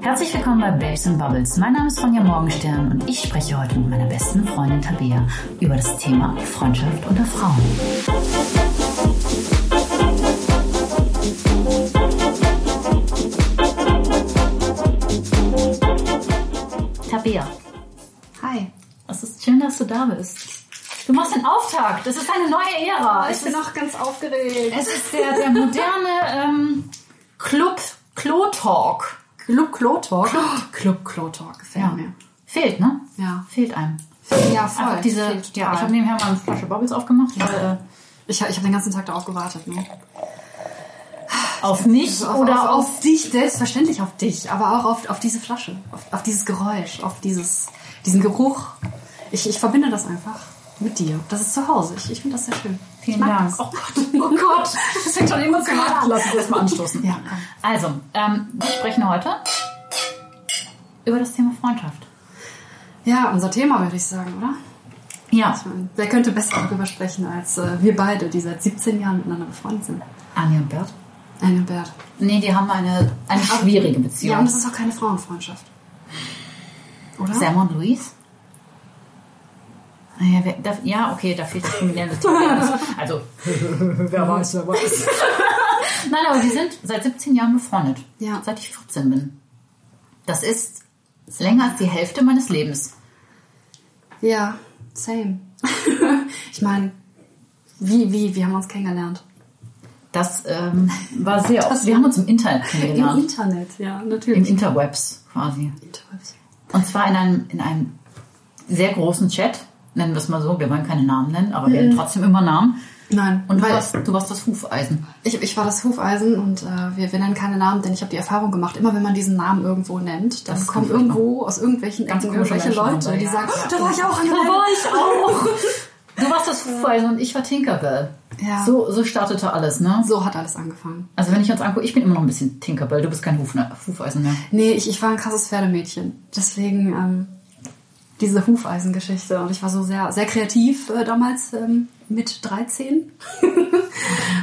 Herzlich willkommen bei Babes and Bubbles. Mein Name ist Ronja Morgenstern und ich spreche heute mit meiner besten Freundin Tabea über das Thema Freundschaft unter Frauen. Tabea, Hi. es ist schön, dass du da bist. Du machst den Auftakt. Es ist eine neue Ära. Oh, Ich Es bin ist, noch ganz aufgeregt. es ist der, der moderne ähm, Club Klo Talk. Club Klotalk. Club Klotalk gefällt Ja. mir. Fehlt, ne? Ja. Fehlt einem. Ja, voll. Einfach diese, Fehlt total. ja, ich habe nebenher mal eine Flasche Bubbles aufgemacht, äh, weil, ich, hab- ich habe den ganzen Tag darauf gewartet. Ne? äh, auf mich Also auf, oder auf, auf, auf dich, selbstverständlich auf dich, aber auch auf, auf diese Flasche, auf, auf dieses Geräusch, auf dieses, diesen Geruch. Ich, ich verbinde das einfach mit dir. Das ist zu Hause. Ich, ich finde das sehr schön. Vielen ich mag Dank. Das. Oh Gott, oh Gott, das fängt schon emotional an. Lass uns erstmal anstoßen. Ja. Also, ähm, wir sprechen heute über das Thema Freundschaft. ja, unser Thema würde ich sagen, oder? Ja, Ich meine, wer könnte besser darüber sprechen als äh, wir beide, die seit 17 Jahren miteinander befreundet sind? Anja und Bert. Anne und Bert. Nee, die haben eine, eine schwierige Beziehung. Ja, und das ist auch keine Frauenfreundschaft. Oder? Sam und Luis? Naja, wer, da, Ah, ja, okay, da fehlt das kriminelle Team. Also, Wer weiß, wer weiß. nein, aber wir sind seit 17 Jahren befreundet. Ja. Seit ich 14 bin. Das ist länger als die Hälfte meines Lebens. Ja, same. ich meine, wie, wie, wir haben uns kennengelernt. Das ähm, war sehr oft. Wir haben uns im Internet Im kennengelernt. Internet, ja, Im natürlich. Interwebs quasi. Internet. Und zwar in einem, in einem sehr großen Chat, nennen wir es mal so. Wir wollen keine Namen nennen, aber wir nennen trotzdem immer Namen. Nein, Und du Mhm. weil warst, du warst das Hufeisen. ich, ich war das Hufeisen und äh, wir, wir nennen keine Namen, denn ich habe die Erfahrung gemacht, immer wenn man diesen Namen irgendwo nennt, dann Das ist kommen ganz furchtbar. irgendwo aus irgendwelchen Ganz Ecken komische irgendwelche Menschen Leute, dabei, die ja. sagen, Ja. oh, da war ich auch an der Welt." ich auch. Du warst das Hufeisen und ich war Tinkerbell. Ja. So, so startete alles, ne? So hat alles angefangen. Also wenn ich uns angucke, ich bin immer noch ein bisschen Tinkerbell. Du bist kein Hufne Hufeisen mehr. Nee, ich, ich war ein krasses Pferdemädchen. Deswegen ähm, diese Hufeisengeschichte. Und ich war so sehr, sehr kreativ äh, damals ähm, mit 13.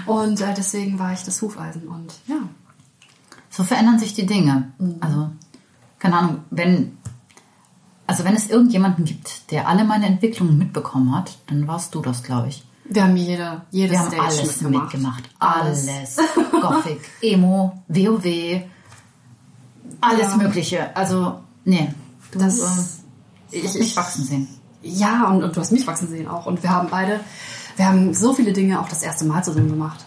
und äh, deswegen war ich das Hufeisen. Und ja, So verändern sich die Dinge. Mhm. Also, keine Ahnung, wenn... Also wenn es irgendjemanden gibt, der alle meine Entwicklungen mitbekommen hat, dann warst du das, glaube ich. wir haben jede, jedes Wir haben Stage alles mitgemacht. mitgemacht. Alles. Alles. Gothic, Emo, WoW, alles Ja. Mögliche. Also, nee. Du Das- äh, ich, ich wachsen sehen. Ja, und, und du hast mich wachsen sehen auch. Und wir haben beide, wir haben so viele Dinge auch das erste Mal zusammen gemacht.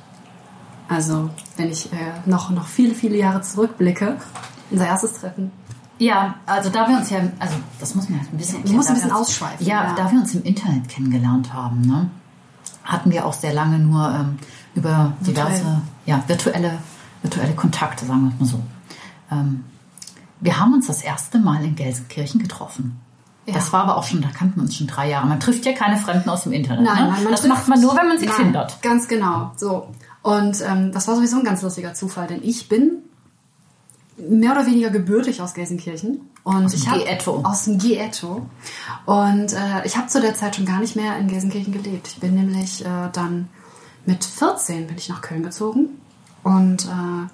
Also, wenn ich äh, noch, noch viele, viele Jahre zurückblicke, unser erstes Treffen. Ja, also da wir uns ja, also das muss man halt ein bisschen, Du musst ein da wir bisschen uns- ausschweifen, Ja, ja. da wir uns im Internet kennengelernt haben, ne, hatten wir auch sehr lange nur ähm, über diverse, Virtuell. ja, virtuelle, virtuelle Kontakte, sagen wir es mal so. Ähm, wir haben uns das erste Mal in Gelsenkirchen getroffen. Ja. Das war aber auch schon, da kannten wir uns schon drei Jahre. Man trifft ja keine Fremden aus dem Internet. Nein, ne? nein, man das trifft- macht man nur, wenn man sie Nein, findet. Ganz genau, so. Und ähm, das war sowieso ein ganz lustiger Zufall, denn ich bin mehr oder weniger gebürtig aus Gelsenkirchen. Und dem ich hab- Ghetto. Aus dem Ghetto. Und äh, ich habe zu der Zeit schon gar nicht mehr in Gelsenkirchen gelebt. Ich bin nämlich äh, dann mit 14 bin ich nach Köln gezogen. Und äh,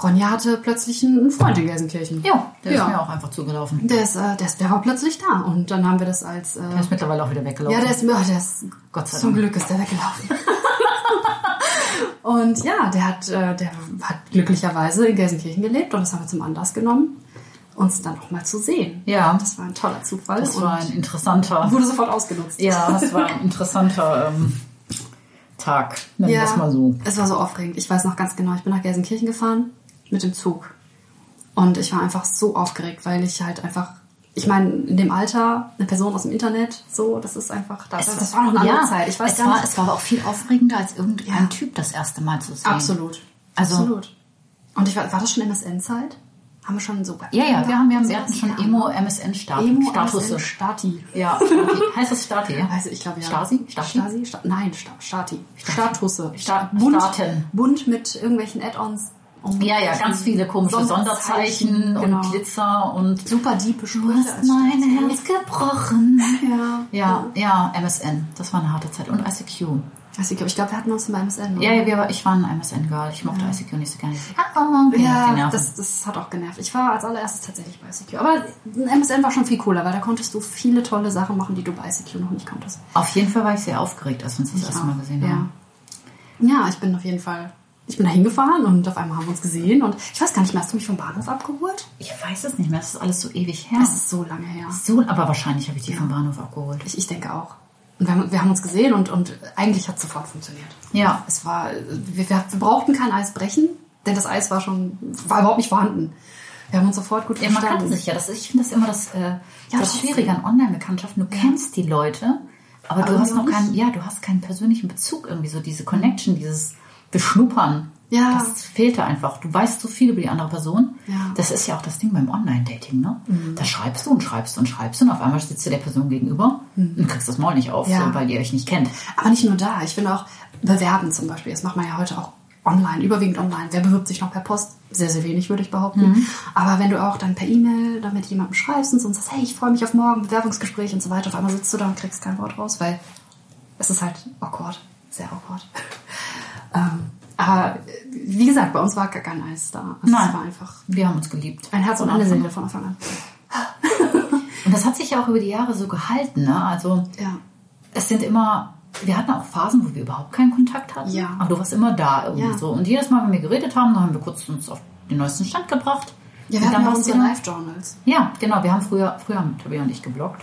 Ronja hatte plötzlich einen Freund in Gelsenkirchen. Ja, der ja. ist mir auch einfach zugelaufen. Der, ist, äh, der, ist, der war plötzlich da. Und dann haben wir das als... Äh, Der ist mittlerweile auch wieder weggelaufen. ja, der ist, oh, der ist Gott sei zum Dank. Glück ist der weggelaufen. und ja, der hat, äh, der hat glücklicherweise in Gelsenkirchen gelebt und das haben wir zum Anlass genommen, uns dann auch mal zu sehen. Ja. das war ein toller Zufall das und war ein interessanter. wurde sofort ausgenutzt. Ja, es war ein interessanter ähm, Tag, nennen wir ja es mal so. es war so aufregend. Ich weiß noch ganz genau, ich bin nach Gelsenkirchen gefahren mit dem Zug und ich war einfach so aufgeregt, weil ich halt einfach ich meine, in dem Alter, eine Person aus dem Internet, so, das ist einfach, das, das war noch eine andere Ja, Zeit. Ich weiß es gar war, nicht. Es war aber auch viel aufregender, als irgendein Ja. Typ das erste Mal zu sehen. Absolut. Also- Absolut. Und ich war, war das schon MSN-Zeit? Haben wir schon so. Ja, ja, wir haben, wir haben wir hatten Sowas? schon Also Ja. Emo Emo-MSN-Statusse. MSN Stati. ja, Stati. heißt das Stati? Ja? Also ich glaube ja. Stasi? Stasi? Stasi? Sta Nein, Sta Stati. Statusse. Sta- bunt, Staten. bunt mit irgendwelchen Add-ons. Und- Ja, ja, ganz viele komische Sonderzeichen, Mhm. genau. und Glitzer und Super diepe Du Sprüche. hast mein Herz gebrochen. Ja. Ja, ja, MSN, das war eine harte Zeit. Und ICQ. ICQ. Ich glaube, wir hatten uns im MSN. Ja, ja, wir, ich war ein MSN-Girl. Ich mochte ICQ nicht so gerne. Oh, Ja, die ja Nerven. das, das hat auch genervt. Ich war als allererstes tatsächlich bei ICQ. Aber ein MSN war schon viel cooler, weil da konntest du viele tolle Sachen machen, die du bei ICQ noch nicht konntest. Auf jeden Fall war ich sehr aufgeregt, als wir uns das erste Mal Ja. gesehen ja. haben. Ja, ich bin auf jeden Fall. Ich bin da hingefahren und auf einmal haben wir uns gesehen. Und ich weiß gar nicht mehr, hast du mich vom Bahnhof abgeholt? Ich weiß es nicht mehr. Das ist alles so ewig her. Das ist so lange her. So, aber wahrscheinlich habe ich die vom Bahnhof abgeholt. Ich, ich denke auch. Und wir haben, wir haben uns gesehen und, und eigentlich hat es sofort funktioniert. Ja. Es war, wir, wir wir brauchten kein Eis brechen, denn das Eis war schon, war überhaupt nicht vorhanden. Wir haben uns sofort gut Ja, man verstanden. kannte sich ja. Das, ist- ich finde das immer das, äh, das das- Schwierige an Online-Bekanntschaften. Du kennst die Leute, aber, Aber du hast noch noch keinen, ja, du hast keinen persönlichen Bezug irgendwie, so diese Connection, dieses Beschnuppern. Ja. Das fehlte einfach. Du weißt so viel über die andere Person. Ja. Mhm. Das ist ja auch das Ding beim Online-Dating, ne? Da schreibst du und schreibst und schreibst und auf einmal sitzt du der Person gegenüber und kriegst das Maul nicht auf, Mhm. Ja. so, weil ihr euch nicht kennt. Aber nicht nur da. Ich finde auch bewerben zum Beispiel. Das macht man ja heute auch online, überwiegend online. Wer bewirbt sich noch per Post? Sehr, sehr wenig, würde ich behaupten. Mhm. Aber wenn du auch dann per E-Mail dann mit jemandem schreibst und so und sagst, hey, ich freue mich auf morgen, Bewerbungsgespräch und so weiter, auf einmal sitzt du da und kriegst kein Wort raus, weil es ist halt awkward. Sehr awkward. ähm, aber wie gesagt, bei uns war gar kein Eis da. Also Nein. Es war einfach Wir haben uns geliebt. ein Herz und Von eine Anfang Seele von Anfang an. Und das hat sich ja auch über die Jahre so gehalten. Ne? Also Ja. es sind immer, wir hatten auch Phasen, wo wir überhaupt keinen Kontakt hatten. Ja. Aber du warst immer da irgendwie Ja. so. Und jedes Mal, wenn wir geredet haben, dann haben wir kurz uns auf den neuesten Stand gebracht. Ja, Und wir hatten ja war's unsere wieder- Live-Journals. Ja, genau. Wir haben früher, früher haben Tobias und ich gebloggt.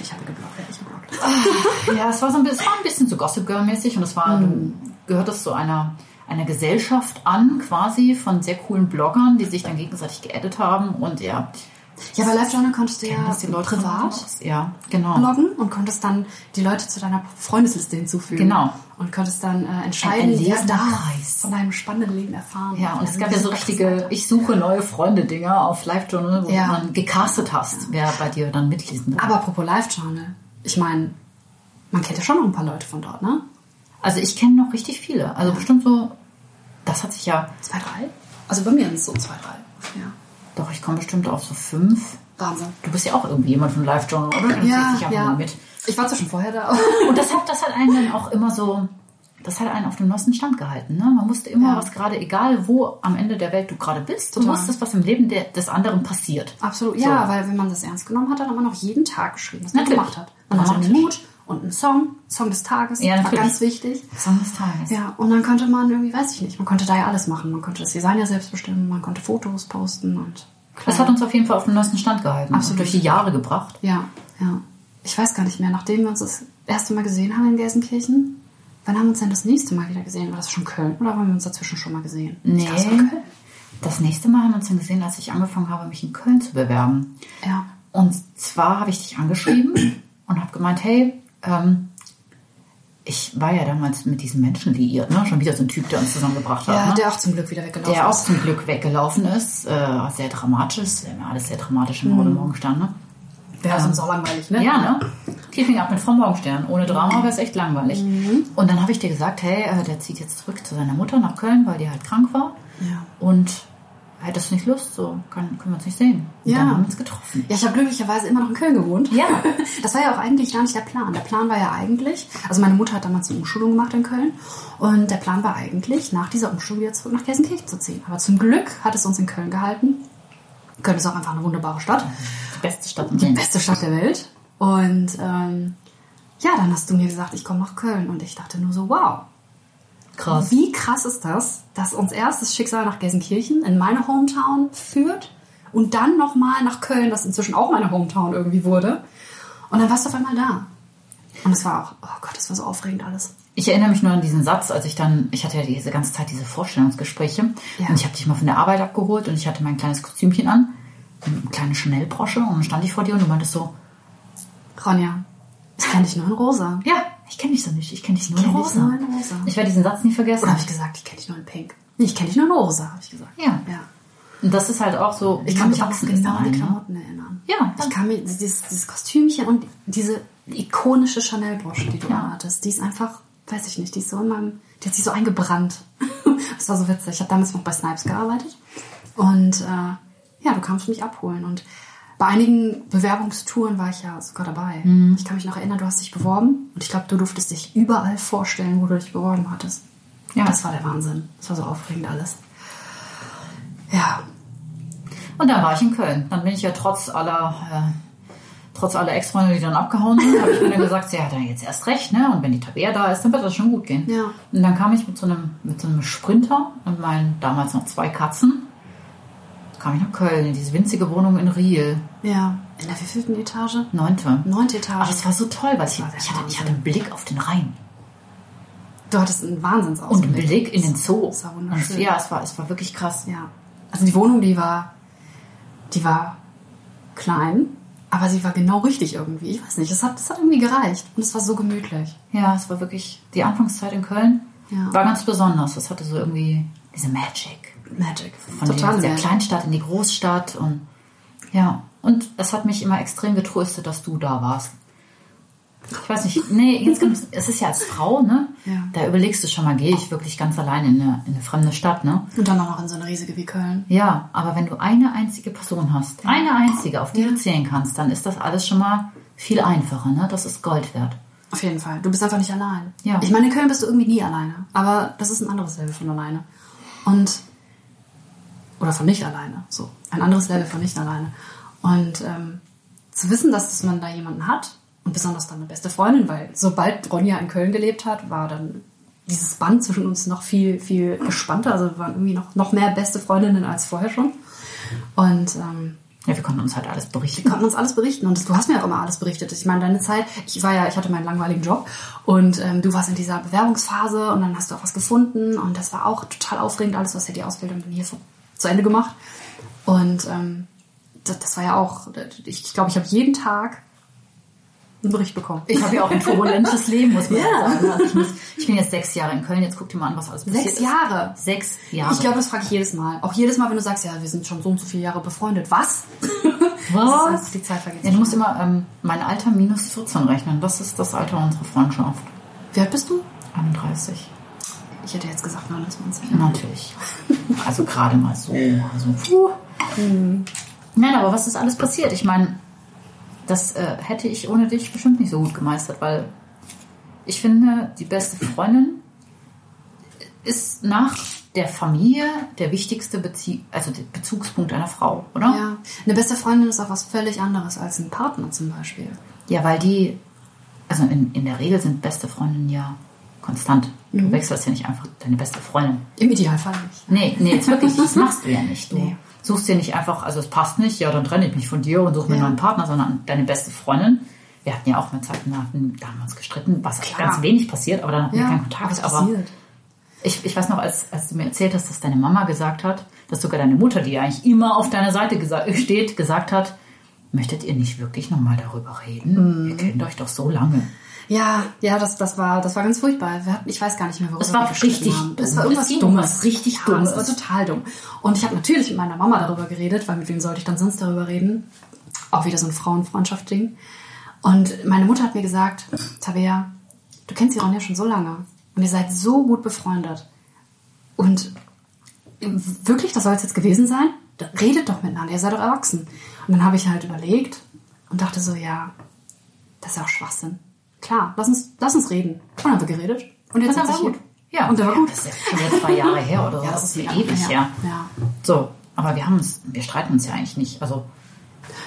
Ich habe geblockt, ja, ich geblockt. Ja, es war so ein bisschen, es war ein bisschen so Gossip Girl mäßig und es war, Mhm. gehört es zu einer, einer Gesellschaft an, quasi von sehr coolen Bloggern, die sich dann gegenseitig geaddet haben und ja. Ja, bei Live-Journal konntest du ja dass die Leute privat Ja, genau. bloggen und konntest dann die Leute zu deiner Freundesliste hinzufügen. Genau. Und konntest dann äh, Ein- ein entscheiden, wer lesender darf Kreis. von deinem spannenden Leben erfahren. Ja, und es Also gab ja so das- richtige Ich suche neue Freunde-Dinger auf Live-Journal, wo Ja. du dann gecastet hast, wer bei dir dann mitlesen darf. Aber apropos Live-Journal, ich meine, man kennt ja schon noch ein paar Leute von dort, ne? Also ich kenne noch richtig viele. Also bestimmt so, das hat sich ja, Zwei, drei? Also bei mir sind es so zwei, drei. Ja. doch, ich komme bestimmt auf so fünf. Wahnsinn. Du bist ja auch irgendwie jemand von Live-Journal, oder? Du siehst dich auch immer mit. Ich war zwar schon vorher da. aber- Und das hat, das hat einen dann auch immer so, das hat einen auf dem neuesten Stand gehalten. Ne? Man musste immer Ja. was gerade, egal wo am Ende der Welt du gerade bist, du Total. musstest, was im Leben der, des anderen passiert. Absolut, ja, weil wenn man das ernst genommen hat, dann hat man auch jeden Tag geschrieben, was man Natürlich. gemacht hat. Man hatte einen Natürlich. Mut und einen Song, Song des Tages, Ja, war natürlich. ganz wichtig. Song des Tages. Ja, und dann konnte man irgendwie, weiß ich nicht, man konnte da ja alles machen. Man konnte das Design ja selbst bestimmen, man konnte Fotos posten und. Das hat uns auf jeden Fall auf dem neuesten Stand gehalten. Absolut. Und durch die Jahre gebracht. Ja, ja. Ich weiß gar nicht mehr, nachdem wir uns das erste Mal gesehen haben in Gelsenkirchen, wann haben wir uns denn das nächste Mal wieder gesehen? War das schon Köln oder haben wir uns dazwischen schon mal gesehen? Ich Nee. glaube, es war Köln. Das nächste Mal haben wir uns dann gesehen, als ich angefangen habe, mich in Köln zu bewerben. Ja. Und zwar habe ich dich angeschrieben und habe gemeint, hey, ähm, ich war ja damals mit diesem Menschen liiert, ne? schon wieder so ein Typ, der uns zusammengebracht hat. Ja, ne? der auch zum Glück wieder weggelaufen der auch ist. zum Glück weggelaufen ist. Äh, sehr dramatisch, ist immer alles sehr dramatisch im Mhm. Rote Morgenstern. Ne? Wäre sonst auch langweilig, ne? Ja, ne? Keeping Up mit Frau Morgenstern. Ohne Drama wäre es echt langweilig. Mhm. Und dann habe ich dir gesagt, hey, äh, der zieht jetzt zurück zu seiner Mutter nach Köln, weil die halt krank war. Ja. Und hättest du nicht Lust, so kann, können wir uns nicht sehen. Und Ja. Dann haben wir uns getroffen. Ja, ich habe glücklicherweise immer noch in Köln gewohnt. Ja. Das war ja auch eigentlich gar nicht der Plan. Der Plan war ja eigentlich, also meine Mutter hat damals eine Umschulung gemacht in Köln und der Plan war eigentlich, nach dieser Umschulung wieder zurück nach Gelsenkirchen zu ziehen. Aber zum Glück hat es uns in Köln gehalten. Köln ist auch einfach eine wunderbare Stadt. Die beste Stadt Die in beste Stadt der Welt. Und ähm, ja, dann hast du mir gesagt, ich komme nach Köln. Und ich dachte nur so, wow, Krass. wie krass ist das, dass uns erst das Schicksal nach Gelsenkirchen in meine Hometown führt und dann nochmal nach Köln, das inzwischen auch meine Hometown irgendwie wurde. Und dann warst du auf einmal da. Und es war auch, oh Gott, das war so aufregend alles. Ich erinnere mich nur an diesen Satz, als ich dann, ich hatte ja diese ganze Zeit diese Vorstellungsgespräche Ja. und ich habe dich mal von der Arbeit abgeholt und ich hatte mein kleines Kostümchen an, eine kleine Chanel-Brosche und dann stand ich vor dir und du meintest so, Ronja, ich kenne dich nur in rosa. ja, ich kenne dich so nicht, ich kenne dich nur in kenn dich rosa. nur in rosa. Ich werde diesen Satz nie vergessen. Oder habe ich gesagt, ich kenne dich nur in pink? Nee, ich kenne dich nur in rosa, habe ich gesagt. Ja. ja. Und das ist halt auch so, Ich kann mich auch noch gewachsen genau ist an daran, die ne? Klamotten erinnern. Ja, Ich kann mir dieses, dieses Kostümchen und diese ikonische Chanel-Brosche, die du Ja. anhattest, die ist einfach, weiß ich nicht, die ist so in meinem, die hat sich so eingebrannt. das war so witzig. Ich habe damals noch bei Snipes gearbeitet und äh, ja, du kamst mich abholen und Bei einigen Bewerbungstouren war ich ja sogar dabei. Ich kann mich noch erinnern, du hast dich beworben und ich glaube, du durftest dich überall vorstellen, wo du dich beworben hattest. Ja. Das war der Wahnsinn. Das war so aufregend alles. Ja. Und dann war ich in Köln. Dann bin ich ja trotz aller, äh, trotz aller Ex-Freunde, die dann abgehauen sind, habe ich mir dann gesagt, ja, dann jetzt erst recht, ne? Und wenn die Tabea da ist, dann wird das schon gut gehen. Ja. Und dann kam ich mit so einem, mit so einem Sprinter und meinen damals noch zwei Katzen, kam ich nach Köln, in diese winzige Wohnung in Riel, Ja. In der wievielten Etage? neunte. Neunte Aber Etage. es war so toll, weil ich, war der ich, hatte, ich Wahnsinn. hatte einen Blick auf den Rhein du hattest einen Wahnsinnsausblick. und einen Blick in den Zoo. Das war und es, wunderschön. ja, es war, es war wirklich krass. Ja. Also die Wohnung, die war, die war klein, aber sie war genau richtig irgendwie. Ich weiß nicht, es hat, es hat irgendwie gereicht und es war so gemütlich. Ja, es war wirklich die Anfangszeit in Köln. Ja. War ganz besonders. Es hatte so irgendwie diese Magic. Magic. Von Total der, der magic. Kleinstadt in die Großstadt. Und ja, und es hat mich immer extrem getröstet, dass du da warst. Ich weiß nicht, nee, jetzt kommt's, es ist ja als Frau, ne? Ja. Da überlegst du schon mal, gehe ich wirklich ganz alleine in eine, in eine fremde Stadt, ne? Und dann auch noch in so eine riesige wie Köln. Ja, aber wenn du eine einzige Person hast, eine einzige, auf die du zählen kannst, dann ist das alles schon mal viel einfacher, ne? Das ist Gold wert. Auf jeden Fall. Du bist einfach nicht allein. Ja. Ich meine, in Köln bist du irgendwie nie alleine. Aber das ist ein anderes Level von alleine. Und. Oder von nicht alleine. So. Ein anderes Level von nicht alleine. Und ähm, zu wissen, dass, dass man da jemanden hat. Und besonders dann eine beste Freundin, weil sobald Ronja in Köln gelebt hat, war dann dieses Band zwischen uns noch viel, viel gespannter. Also wir waren irgendwie noch, noch mehr beste Freundinnen als vorher schon. Und. Ähm, Ja, wir konnten uns halt alles wir berichten. konnten uns alles berichten und du hast mir auch immer alles berichtet. Ich meine, deine Zeit, ich war ja, ich hatte meinen langweiligen Job und ähm, du warst in dieser Bewerbungsphase und dann hast du auch was gefunden und das war auch total aufregend, alles, was ja die Ausbildung dann hier so zu Ende gemacht. Und ähm, das, das war ja auch, ich glaube, ich habe jeden Tag einen Bericht bekommen. Ich habe ja auch ein turbulentes Leben, muss man Ja. sagen. Also ich, muss, ich bin jetzt sechs Jahre in Köln, jetzt guck dir mal an, was alles passiert Sechs Jahre. ist. Sechs Jahre. Ich glaube, das frage ich jedes Mal. Auch jedes Mal, wenn du sagst, ja, wir sind schon so und so viele Jahre befreundet. Was? Was? Das ist, die Zeit vergeht. ja, du musst immer ähm, mein Alter minus 14 rechnen. Das ist das Alter unserer Freundschaft. Wie alt bist du? 31. Ich hätte jetzt gesagt 29. Natürlich. Also gerade mal so. Also, puh. Nein, aber was ist alles passiert? Ich meine, das äh, hätte ich ohne dich bestimmt nicht so gut gemeistert, weil ich finde, die beste Freundin ist nach der Familie der wichtigste Bezie also der Bezugspunkt einer Frau, oder? Ja, eine beste Freundin ist auch was völlig anderes als ein Partner zum Beispiel. Ja, weil die, also in, in der Regel sind beste Freundinnen ja konstant. Du wechselst ja nicht einfach deine beste Freundin. Im Idealfall nicht. Nee, nee, jetzt wirklich, das machst du ja nicht. Du Nee. suchst dir nicht einfach, also es passt nicht, ja, dann trenne ich mich von dir und suche mir Ja. einen neuen Partner, sondern deine beste Freundin. Wir hatten ja auch mal Zeiten, da hatten- da haben wir uns gestritten, was Klar. ganz wenig passiert, aber dann hatten wir keinen was Kontakt. Aber passiert? ich, ich weiß noch, als, als du mir erzählt hast, dass deine Mama gesagt hat, dass sogar deine Mutter, die ja eigentlich immer auf deiner Seite gesa- steht, gesagt hat, möchtet ihr nicht wirklich nochmal darüber Mhm. reden? Ihr kennt euch doch so lange. Ja, ja, das, das, war, das war ganz furchtbar. Wir hatten, ich weiß gar nicht mehr, worüber Es war wir gestritten richtig haben. dumm. Es war irgendwas Es ging um Dummes. was richtig ja, Es war Dummes. total dumm. Und ich habe natürlich mit meiner Mama darüber geredet, weil mit wem sollte ich dann sonst darüber reden? Auch wieder so ein Frauenfreundschaft-Ding. Und meine Mutter hat mir gesagt, Tabea, du kennst die Ronja schon so lange und ihr seid so gut befreundet. Und wirklich, das soll es jetzt gewesen sein? Da- Redet doch miteinander, ihr seid doch erwachsen. Und dann habe ich halt überlegt und dachte so, ja, das ist ja auch Schwachsinn. Klar, lass uns, lass uns reden. Und dann haben wir geredet. Und jetzt Und dann sitze ich war hier. gut. Ja, und dann war gut. Das ist jetzt schon wieder zwei Jahre her oder so. Ja, das ist mir mega ewig her. her. Ja. So, aber wir haben uns, wir streiten uns ja eigentlich nicht. Also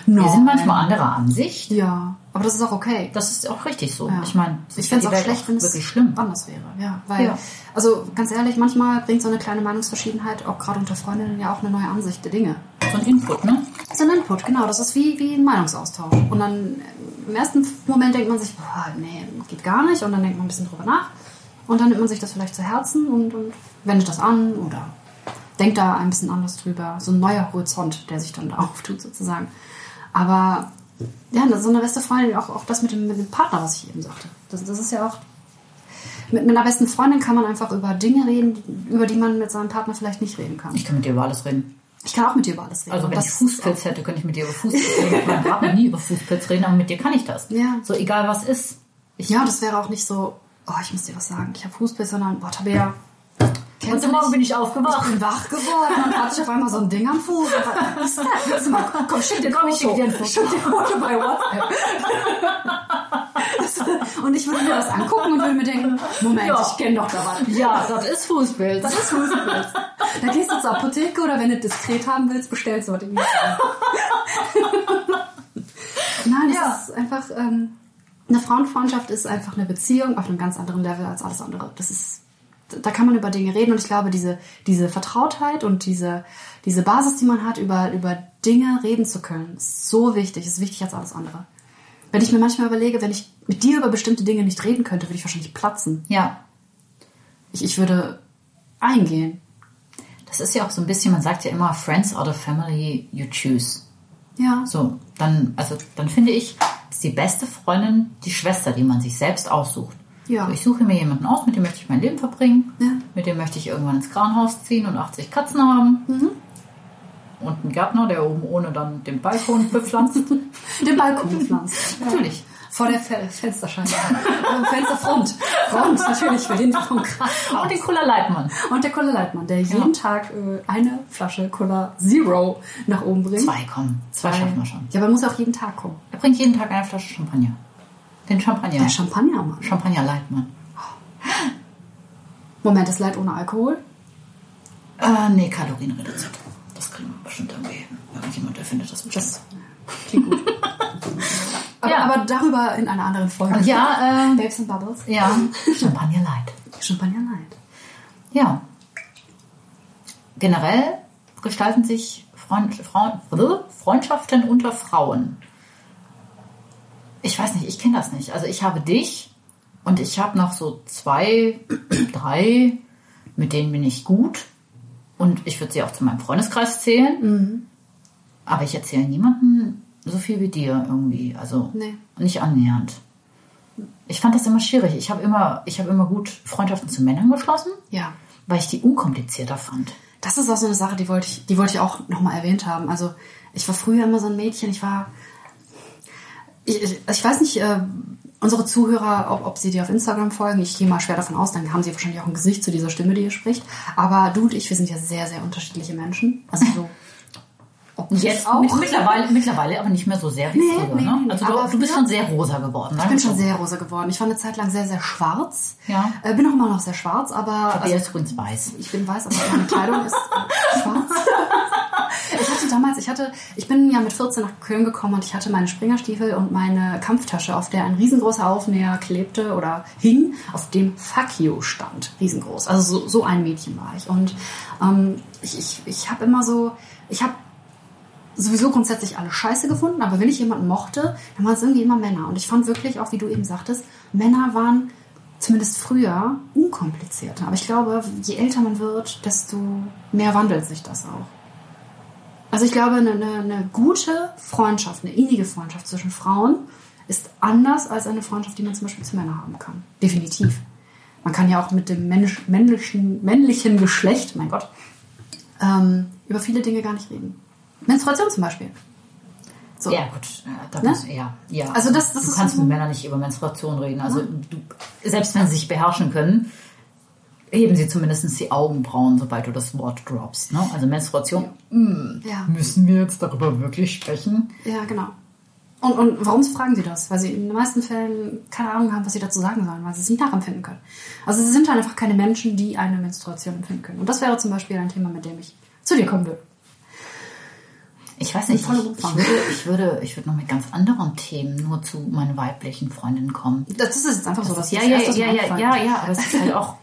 wir Nein. sind manchmal anderer Ansicht. Ja, aber das ist auch okay. Das ist auch richtig so. Ja. Ich meine, ich fände es auch schlecht, wenn es wirklich schlimm. anders wäre. Ja, weil, Ja. also ganz ehrlich, manchmal bringt so eine kleine Meinungsverschiedenheit, auch gerade unter Freundinnen, ja auch eine neue Ansicht der Dinge. So ein Input, ne? Das ist ein Input, genau. Das ist wie, wie ein Meinungsaustausch. Und dann äh, im ersten Moment denkt man sich, boah, nee, geht gar nicht. Und dann denkt man ein bisschen drüber nach. Und dann nimmt man sich das vielleicht zu Herzen und, und wendet das an oder denkt da ein bisschen anders drüber. So ein neuer Horizont, der sich dann da auftut sozusagen. Aber ja, das ist so eine beste Freundin, auch, auch das mit dem, mit dem Partner, was ich eben sagte. Das, das ist ja auch... Mit mit einer besten Freundin kann man einfach über Dinge reden, über die man mit seinem Partner vielleicht nicht reden kann. Ich kann mit dir über alles reden. Ich kann auch mit dir über alles reden. Also Und wenn das ich Fußpilz hätte, könnte ich mit dir über Fußpilz reden. Ich habe nie über Fußpilz reden, aber mit dir kann ich das. Ja. So egal was ist. Ich, Ja, das wäre auch nicht so, oh, ich muss dir was sagen, ich habe Fußpilz, sondern, boah, Tabea, kennst Heute du Morgen nicht? bin ich aufgewacht. bin wach geworden und dann hatte ich auf einmal so ein Ding am Fuß. Und war, Was ist das? Willst du mal- Komm, schick dir ein Komm, Foto. ich schicke dir ein Foto. Schick dir ein Foto bei WhatsApp. Das- und ich würde mir das angucken und würde mir denken, Moment, Ja. ich kenne doch da was. Ja, das ist Fußpilz. Das ist Fußpilz. Da gehst du zur Apotheke oder wenn du diskret haben willst, bestellst du was irgendwie. Nein, das Ja. ist einfach... Ähm, eine Frauenfreundschaft ist einfach eine Beziehung auf einem ganz anderen Level als alles andere. Das ist, da kann man über Dinge reden und ich glaube, diese, diese Vertrautheit und diese, diese Basis, die man hat, über, über Dinge reden zu können, ist so wichtig, ist wichtig als alles andere. Wenn ich mir manchmal überlege, wenn ich mit dir über bestimmte Dinge nicht reden könnte, würde ich wahrscheinlich platzen. Ja, Ich, ich würde eingehen. das ist ja auch so ein bisschen, man sagt ja immer, Friends or the Family you choose. Ja. So, dann, also, dann finde ich, ist die beste Freundin die Schwester, die man sich selbst aussucht. Ja. So, ich suche mir jemanden aus, mit dem möchte ich mein Leben verbringen. Ja. Mit dem möchte ich irgendwann ins Kranhaus ziehen und 80 Katzen haben. Und einen Gärtner, der oben ohne dann den Balkon bepflanzt. Den Balkon pflanzen. Natürlich. Vor der Fe Fensterscheibe. Äh, Fensterfront. Front, natürlich, für den vom Krankenhaus. Und den Kuller Leitmann. Und der Cola Leitmann, der jeden Tag äh, eine Flasche Cola Zero nach oben bringt. Zwei kommen. Zwei schaffen wir schon. Ja, aber muss auch jeden Tag kommen. Er bringt jeden Tag eine Flasche Champagner. Den Champagner. Der Champagnermann. Champagner Leitmann. Moment, das Leid ohne Alkohol? Äh, nee, Kalorien reduziert. Das kriegen wir bestimmt irgendwie. hin. Irgendjemand erfindet das bestimmt. Klingt gut. aber, Ja. aber darüber in einer anderen Folge. Ja, äh, Babes and Bubbles. ja. Champagner Light. Champagner Light. Ja. Generell gestalten sich Freund, Frauen, Freundschaften unter Frauen. Ich weiß nicht, ich kenne das nicht. Also ich habe dich und ich habe noch so zwei, drei, mit denen bin ich gut. Und ich würde sie auch zu meinem Freundeskreis zählen. Aber ich erzähle niemandem so viel wie dir irgendwie. Also Nee. nicht annähernd. Ich fand das immer schwierig. Ich habe immer, ich habe immer gut Freundschaften zu Männern geschlossen Ja. weil ich die unkomplizierter fand. Das ist auch so eine Sache, die wollte ich, die wollte ich auch nochmal erwähnt haben. Also ich war früher immer so ein Mädchen, ich war. Ich, ich, ich weiß nicht, äh, unsere Zuhörer, ob, ob sie dir auf Instagram folgen, ich gehe mal schwer davon aus, dann haben sie wahrscheinlich auch ein Gesicht zu dieser Stimme, die hier spricht. Aber du und ich, wir sind ja sehr, sehr unterschiedliche Menschen. Also so. Ob mit- mittlerweile, mittlerweile aber nicht mehr so sehr wie Nee, früher. nee, ne? nee, also aber du, du bist früher- schon sehr rosa geworden. ne? Ich bin schon sehr rosa geworden. Ich war eine Zeit lang sehr, sehr schwarz. Ja. Äh, bin auch immer noch sehr schwarz, aber. Also, ist übrigens weiß. Ich bin weiß, aber meine Kleidung ist äh, schwarz. Ich hatte damals, ich hatte, ich bin ja mit 14 nach Köln gekommen und ich hatte meine Springerstiefel und meine Kampftasche, auf der ein riesengroßer Aufnäher klebte oder hing, auf dem Fuck you stand. Riesengroß. Also so, so ein Mädchen war ich. Und ähm, ich, ich, ich habe immer so, ich habe sowieso grundsätzlich alle scheiße gefunden, aber wenn ich jemanden mochte, dann waren es irgendwie immer Männer. Und ich fand wirklich, auch wie du eben sagtest, Männer waren zumindest früher unkomplizierter. Aber ich glaube, je älter man wird, desto mehr wandelt sich das auch. Also ich glaube, eine, eine, eine gute Freundschaft, eine innige Freundschaft zwischen Frauen ist anders als eine Freundschaft, die man zum Beispiel zu Männern haben kann. Definitiv. Man kann ja auch mit dem Mensch, männlichen, männlichen Geschlecht, mein Gott, ähm, über viele Dinge gar nicht reden. Menstruation zum Beispiel. So. Ja, gut. ja, Da Ne? muss, ja, ja. Also das- das du ist kannst so- mit Männern nicht über Menstruation reden. Also du, selbst wenn sie sich beherrschen können, heben sie zumindest die Augenbrauen, sobald du das Wort droppst. Ne? Also Menstruation. mm, Ja. Müssen wir jetzt darüber wirklich sprechen? Ja, genau. Und, und warum fragen sie das? Weil sie in den meisten Fällen keine Ahnung haben, was sie dazu sagen sollen, weil sie es nicht nachempfinden können. Also sie sind halt einfach keine Menschen, die eine Menstruation empfinden können. Und das wäre zum Beispiel ein Thema, mit dem ich zu dir kommen will. Ich weiß nicht, ich, Voller ich, Umfang. würde, ich, würde, ich würde noch mit ganz anderen Themen nur zu meinen weiblichen Freundinnen kommen. Das ist jetzt einfach so, dass ja, das ja, Erste, was mir ja, ja, einfällt. ja, ja, aber es ist halt auch.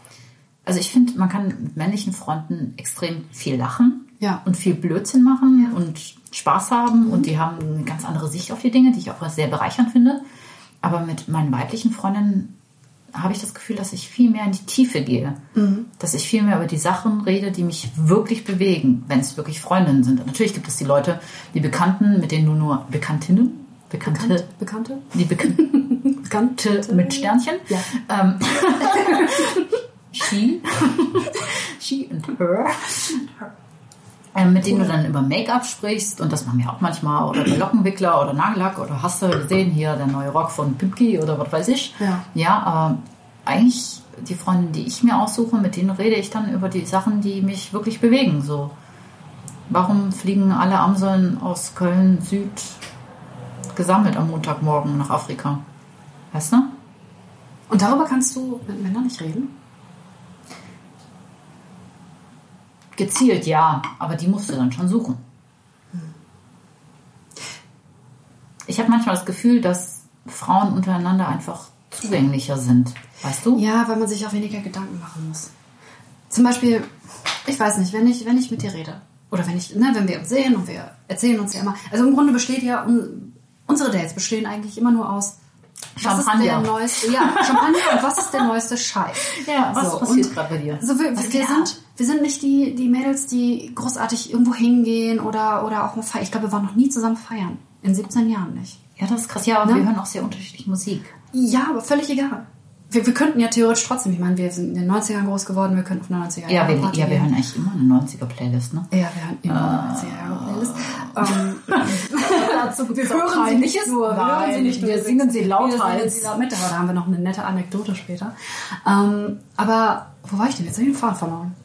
Also ich finde, man kann mit männlichen Freunden extrem viel lachen Ja. Mhm. und viel Blödsinn machen und Spaß haben und die haben eine ganz andere Sicht auf die Dinge, die ich auch sehr bereichernd finde. Aber mit meinen weiblichen Freundinnen habe ich das Gefühl, dass ich viel mehr in die Tiefe gehe. Mhm. Dass ich viel mehr über die Sachen rede, die mich wirklich bewegen, wenn es wirklich Freundinnen sind. Natürlich gibt es die Leute, die Bekannten, mit denen du nur Bekanntinnen, Bekannte, Bekannte? die Bekannten Bekannte? mit Sternchen. Ja. Ähm, she. she and her. Ähm, mit denen du dann über Make-up sprichst und das machen wir auch manchmal oder über Lockenwickler oder Nagellack oder hast du gesehen hier der neue Rock von Pipki oder was weiß ich. Ja. Ja, aber eigentlich die Freundinnen, die ich mir aussuche, mit denen rede ich dann über die Sachen, die mich wirklich bewegen. So, warum fliegen alle Amseln aus Köln Süd gesammelt am Montagmorgen nach Afrika? Weißt du? Und darüber kannst du mit Männern nicht reden? Gezielt ja, aber die musst du dann schon suchen. Ich habe manchmal das Gefühl, dass Frauen untereinander einfach zugänglicher sind. Weißt du? Ja, weil man sich auch weniger Gedanken machen muss. Zum Beispiel, ich weiß nicht, wenn ich, wenn ich mit dir rede oder wenn ich, ne, wenn wir uns sehen und wir erzählen uns ja immer. Also im Grunde besteht ja un- unsere Dates bestehen eigentlich immer nur aus was ist der Champagner. neueste, ja, Champagner und was ist der neueste Scheiß. Ja, was So, passiert und- gerade bei dir? Also wir, Was- wir, ja. sind, wir sind nicht die, die Mädels, die großartig irgendwo hingehen oder, oder auch mal feiern. Ich glaube, wir waren noch nie zusammen feiern. In 17 Jahren nicht. Ja, das ist krass. Ja, aber Ne? wir hören auch sehr unterschiedliche Musik. Ja, aber völlig egal. Wir, wir könnten ja theoretisch trotzdem, ich meine, wir sind in den 90ern groß geworden, wir könnten auf eine 90er Ja, wir, Party ja, wir gehen. hören eigentlich immer eine 90er-Playlist, ne? Ja, wir hören immer 90er Ah. Jahre Playlist. Ähm, Dazu wir hören sie nicht nur, wir hören sie nicht nur. wir singen sie Wir singen sie lauthals. laut mit, aber da haben wir noch eine nette Anekdote später. Ähm, aber wo war ich denn jetzt? Hab Ich den Faden verloren.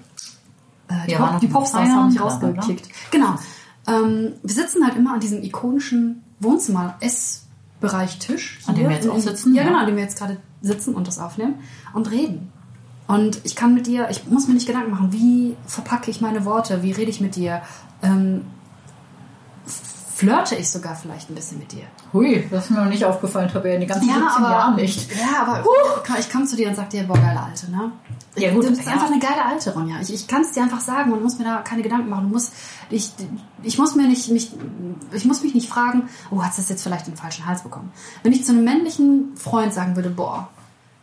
Äh, die Wir waren Pop- auf die dem Popstars haben mich Feiern, bla, bla, bla. rausgekickt. Genau. Ähm, wir sitzen halt immer an diesem ikonischen Wohnzimmer-Essbereich-Tisch. An dem wir hier jetzt in- auch sitzen, Ja, ja. genau, an dem wir jetzt gerade sitzen und das aufnehmen und reden. Und ich kann mit dir, ich muss mir nicht Gedanken machen, wie verpacke ich meine Worte, wie rede ich mit dir, ähm, flirte ich sogar vielleicht ein bisschen mit dir. Hui, das ist mir noch nicht aufgefallen, ich habe ja in den ganzen 17 Jahren Also nicht. Ja, aber ich komme zu dir und sag dir, boah, geile Alte, ne? Ja, gut, du bist ja. einfach eine geile Alte, Ronja. Ich, ich kann es dir einfach sagen und muss mir da keine Gedanken machen. Du musst, ich, ich muss mir nicht, mich, ich muss mich nicht fragen, oh, hast du das jetzt vielleicht den falschen Hals bekommen? Wenn ich zu einem männlichen Freund sagen würde, boah,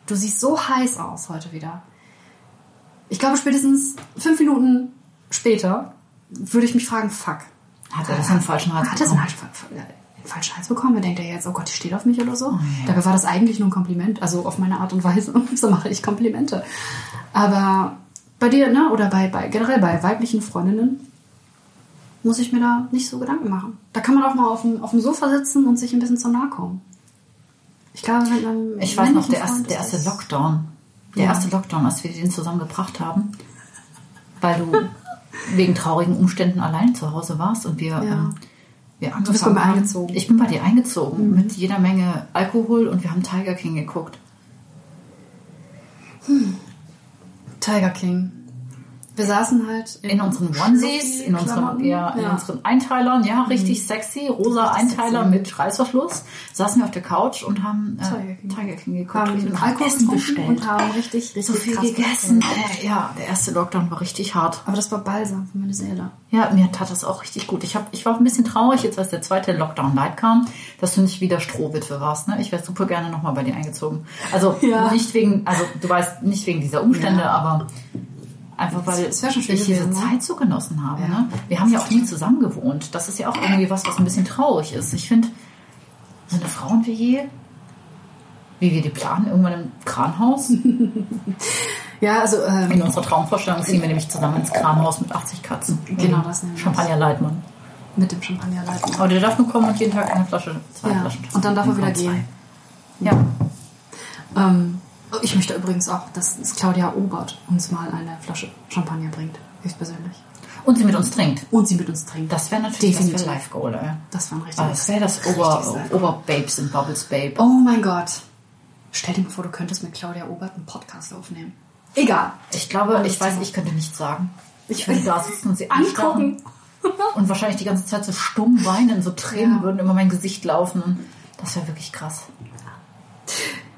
du siehst so heiß aus heute wieder. Ich glaube, spätestens fünf Minuten später würde ich mich fragen, fuck. Hat er das einen falschen Hals Hat er so einen bekommen? Hals- einen falschen Hals bekommen? Dann denkt er jetzt, oh Gott, die steht auf mich oder so. Oh, Dabei war das eigentlich nur ein Kompliment, also auf meine Art und Weise. so mache ich Komplimente. Aber bei dir, ne, oder bei, bei generell bei weiblichen Freundinnen muss ich mir da nicht so Gedanken machen. Da kann man auch mal auf dem, auf dem Sofa sitzen und sich ein bisschen zu nahe kommen. Ich glaube, mit einem Ich weiß noch, männlichen der erste, Freund der ist erste das- Lockdown. Der Ja. erste Lockdown, als wir den zusammengebracht haben, weil du wegen traurigen Umständen allein zu Hause warst und wir, ähm, wir angefangen bist bei mir haben- eingezogen. Mhm. Ich bin bei dir eingezogen mit jeder Menge Alkohol und wir haben Tiger King geguckt. Tiger King. Wir saßen halt In unseren Onesies, in unseren, Schluffi-Klamotten. ja, in unseren Einteilern, ja, richtig sexy, rosa Mhm. Richtig Einteiler sexy. mit Reißverschluss, saßen wir auf der Couch und haben äh, Tiger King. Tiger King geguckt haben und haben Alkohol Essen getrunken bestellt. und haben richtig, richtig so viel krass gegessen. Äh, ja, der erste Lockdown war richtig hart. Aber das war Balsam für meine Seele. Ja, mir tat das auch richtig gut. Ich, hab, ich war auch ein bisschen traurig, jetzt als der zweite Lockdown Light kam, dass du nicht wieder Strohwitwe warst. Ne? Ich wäre super gerne nochmal bei dir eingezogen. Also Ja. nicht wegen, also du weißt, nicht wegen dieser Umstände, Ja. aber einfach weil Das wär schon schön ich diese gewesen, ne? Zeit so genossen habe. Ja. Ne? Wir haben ja auch nie zusammen gewohnt. Das ist ja auch irgendwie was, was ein bisschen traurig ist. Ich finde, so eine Frauen-WG, wie wir die planen, irgendwann im Kranhaus. Ja, also ähm, In unserer Traumvorstellung ziehen wir nämlich zusammen ins Kranhaus mit 80 Katzen. Genau, das nehmen wir. Champagner Leitmann. mit dem Champagnerleiten. Aber der darf nur kommen und jeden Tag eine Flasche, zwei Ja. Flaschen. Und dann darf er wieder Zwei. gehen. Ja. Ähm, ich möchte übrigens auch, dass es Claudia Obert uns mal eine Flasche Champagner bringt. Höchstpersönlich. Und sie mit uns trinkt. Und sie mit uns trinkt. Das wäre natürlich das Definitiv. wär Live Goal, ey. Das war ein Ah, richtiges... Das wäre das richtiges Ober, Live. Oberbabes in Bubbles Babe. Oh mein Gott. Stell dir mal vor, du könntest mit Claudia Obert einen Podcast aufnehmen. Egal. Ich glaube, ich Alles weiß, klar. ich könnte nichts sagen. Ich- Ich würde da sitzen und sie Angucken. anstarren und wahrscheinlich die ganze Zeit so stumm weinen, so Tränen Ja. würden über mein Gesicht laufen. Und das wäre wirklich krass.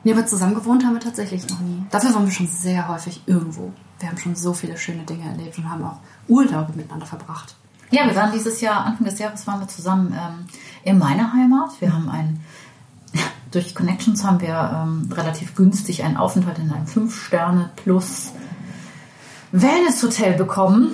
Nee, aber zusammen gewohnt haben wir tatsächlich noch nie. Dafür waren wir schon sehr häufig irgendwo. Wir haben schon so viele schöne Dinge erlebt und haben auch Urlaube miteinander verbracht. Ja, wir waren dieses Jahr, Anfang des Jahres waren wir zusammen ähm, in meiner Heimat. Wir haben ein, durch Connections haben wir ähm, relativ günstig einen Aufenthalt in einem 5-Sterne-Plus Wellness-Hotel bekommen.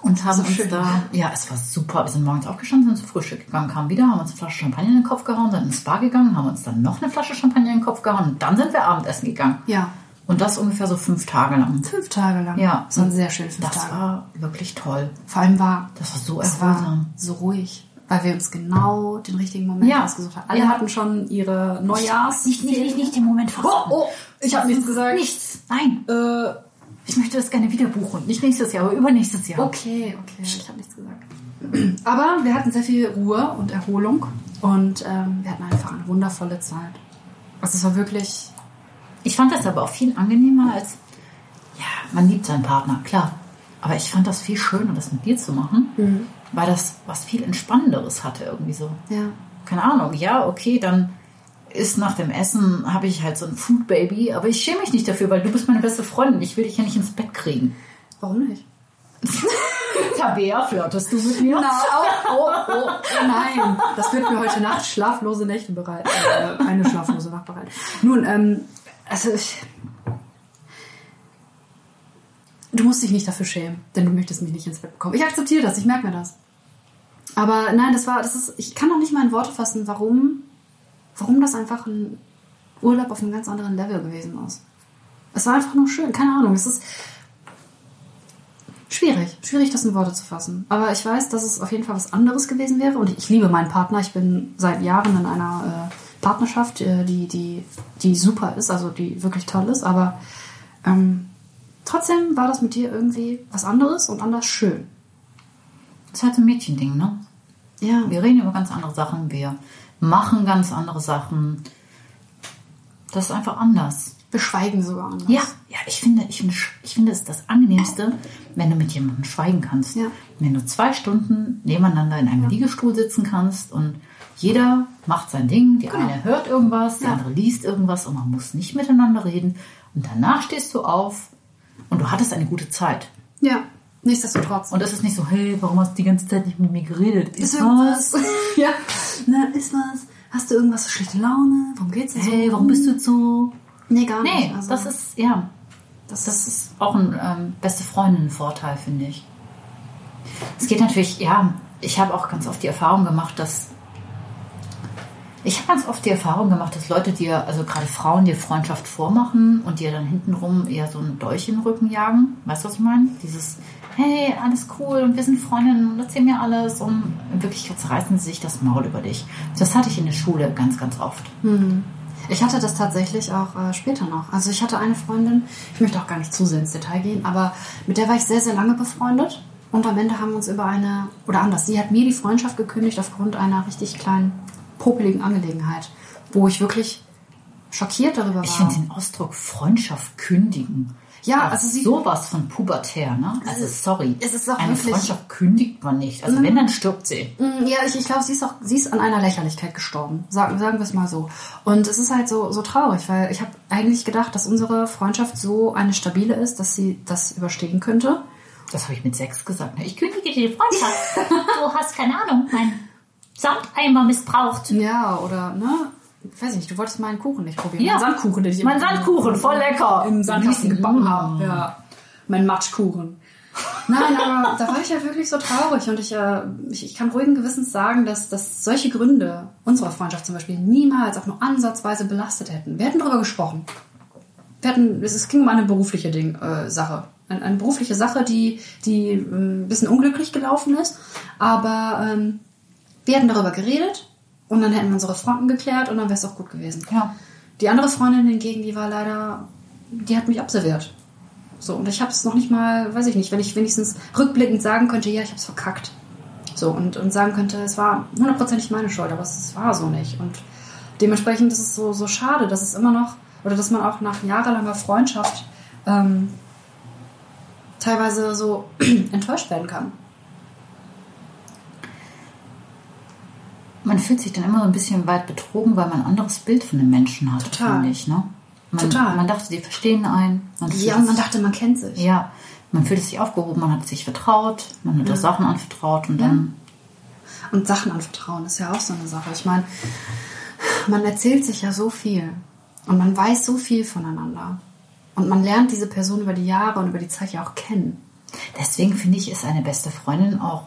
Und haben So uns schön. da, ja, es war super. Wir sind morgens aufgestanden, sind zum Frühstück gegangen, kamen wieder, haben uns eine Flasche Champagner in den Kopf gehauen, sind ins Spa gegangen, haben uns dann noch eine Flasche Champagner in den Kopf gehauen und dann sind wir Abendessen gegangen. Ja. Und das ungefähr so fünf Tage lang. Fünf Tage lang. Ja. Das waren sehr schöne fünf Das Tage. war wirklich toll. Vor allem war Das war so es erholsam. war so ruhig. Weil wir uns genau den richtigen Moment Ja. ausgesucht haben. Alle Ja. hatten schon ihre Neujahrs. Nicht, nicht, nicht, nicht den Moment verraten. Oh, oh, ich hab nichts gesagt. Nichts, nein. Äh, Ich möchte das gerne wieder buchen. Nicht nächstes Jahr, aber übernächstes Jahr. Okay, okay, ich habe nichts gesagt. Aber wir hatten sehr viel Ruhe und Erholung und ähm, wir hatten einfach eine wundervolle Zeit. Also es war wirklich, Ich fand das aber auch viel angenehmer als, ja, man liebt seinen Partner, klar. Aber ich fand das viel schöner, das mit dir zu machen, Mhm. weil das was viel Entspannenderes hatte irgendwie so. ja, Keine Ahnung, ja, okay, dann ist nach dem Essen, habe ich halt so ein Food Baby, aber ich schäme mich nicht dafür, weil du bist meine beste Freundin. Ich will dich ja nicht ins Bett kriegen. warum nicht? Tabea, flirtest du mit mir? oh, oh, oh, oh, nein, das wird mir heute Nacht schlaflose Nächte bereiten. Äh, eine schlaflose Nacht bereiten. Nun, ähm, also ich... Du musst dich nicht dafür schämen, denn du möchtest mich nicht ins Bett bekommen. Ich akzeptiere das, ich merke mir das. Aber nein, das war, das ist, ich kann noch nicht mal in Worte fassen, warum, warum das einfach ein Urlaub auf einem ganz anderen Level gewesen ist. Es war einfach nur schön, keine Ahnung. Es ist schwierig, schwierig, das in Worte zu fassen. Aber ich weiß, dass es auf jeden Fall was anderes gewesen wäre. Und ich liebe meinen Partner. Ich bin seit Jahren in einer äh, Partnerschaft, äh, die, die, die super ist, also die wirklich toll ist. Aber ähm, trotzdem war das mit dir irgendwie was anderes und anders schön. Das ist halt so ein Mädchending, ne? Ja, Wir reden über ganz andere Sachen, wir machen ganz andere Sachen. Das ist einfach anders. wir schweigen sogar anders. Ja, ja ich, finde, ich, finde, sch- ich finde es ist das Angenehmste, wenn du mit jemandem schweigen kannst. Ja. Wenn du zwei Stunden nebeneinander in einem Liegestuhl sitzen kannst und jeder macht sein Ding, der eine hört irgendwas, der Genau. Ja. andere liest irgendwas und man muss nicht miteinander reden. Und danach stehst du auf und du hattest eine gute Zeit. ja. nichtsdestotrotz. Und es ist nicht so, hey, warum hast du die ganze Zeit nicht mit mir geredet? Ist irgendwas? ja. Na, ist was? Hast du irgendwas schlechte Laune? Warum geht's dir so? Hey, warum bist du jetzt so? Ähm, Nee, gar nicht. Nee, Also, das ist, ja, das, das ist auch ein ähm, beste Freundin-Vorteil, finde ich. Es geht natürlich, ja, ich habe auch ganz oft die Erfahrung gemacht, dass. Ich habe ganz oft die Erfahrung gemacht, dass Leute dir, also gerade Frauen, dir Freundschaft vormachen und dir dann hintenrum eher so einen Dolch in den Rücken jagen. Weißt du, was ich meine? Dieses, hey, alles cool und wir sind Freundinnen und erzähl mir alles. Und in Wirklichkeit zerreißen sie sich das Maul über dich. Das hatte ich in der Schule ganz, ganz oft. Hm. Ich hatte das tatsächlich auch äh, später noch. Also ich hatte eine Freundin, ich möchte auch gar nicht zu sehr ins Detail gehen, aber mit der war ich sehr, sehr lange befreundet. Und am Ende haben wir uns über eine, oder anders, sie hat mir die Freundschaft gekündigt aufgrund einer richtig kleinen, popeligen Angelegenheit, wo ich wirklich schockiert darüber war. Ich finde den Ausdruck Freundschaft kündigen. Ah. Ja, Auch also sie- sowas von pubertär, ne? Also sorry. es ist auch Eine wirklich- Mhm. Freundschaft kündigt man nicht. Also wenn, dann stirbt sie. Mm, Ja, ich, ich glaube, sie ist auch, sie ist an einer Lächerlichkeit gestorben. Sagen, sagen wir es mal so. Und es ist halt so, so traurig, weil ich habe eigentlich gedacht, dass unsere Freundschaft so eine stabile ist, dass sie das überstehen könnte. Das habe ich mit sechs gesagt. ne? Ich kündige dir die Freundschaft. du hast keine Ahnung, mein Samteimer missbraucht. Ja, oder, ne? Ich weiß nicht, du wolltest meinen Kuchen nicht probieren. Ja. Meinen Sandkuchen, den ich Mein Sandkuchen, voll lecker. im Sandkasten Mm. gebacken habe. Ja. Mein Matschkuchen. Nein, aber da war ich ja wirklich so traurig und ich, äh, ich, ich kann ruhigen Gewissens sagen, dass, dass solche Gründe unserer Freundschaft zum Beispiel niemals auch nur ansatzweise belastet hätten. Wir hätten darüber gesprochen. Wir hatten, es es ging um eine berufliche Ding, äh, Sache. Eine, eine berufliche Sache, die, die ähm, ein bisschen unglücklich gelaufen ist. Aber ähm, wir hätten darüber geredet und dann hätten wir unsere Fronten geklärt und dann wäre es auch gut gewesen. Ja. Die andere Freundin hingegen, die war leider, die hat mich observiert. So, und ich habe es noch nicht mal, weiß ich nicht, wenn ich wenigstens rückblickend sagen könnte, ja, ich habe es verkackt. So, und, und sagen könnte, es war hundertprozentig meine Schuld, aber es war so nicht. Und dementsprechend ist es so, so schade, dass es immer noch, oder dass man auch nach jahrelanger Freundschaft ähm, teilweise so enttäuscht werden kann. Man fühlt sich dann immer so ein bisschen weit betrogen, weil man ein anderes Bild von dem Menschen hat. Total. finde Ich, ne? man, Total. Man dachte, die verstehen einen. Man Ja, fühlt und man sich- dachte, man kennt sich. Ja, man fühlt sich aufgehoben, man hat sich vertraut, man Mhm. hat ja. Sachen anvertraut und dann Und Sachen anvertrauen ist ja auch so eine Sache. Ich meine, man erzählt sich ja so viel und man weiß so viel voneinander. Und man lernt diese Person über die Jahre und über die Zeit ja auch kennen. Deswegen finde ich, ist eine beste Freundin auch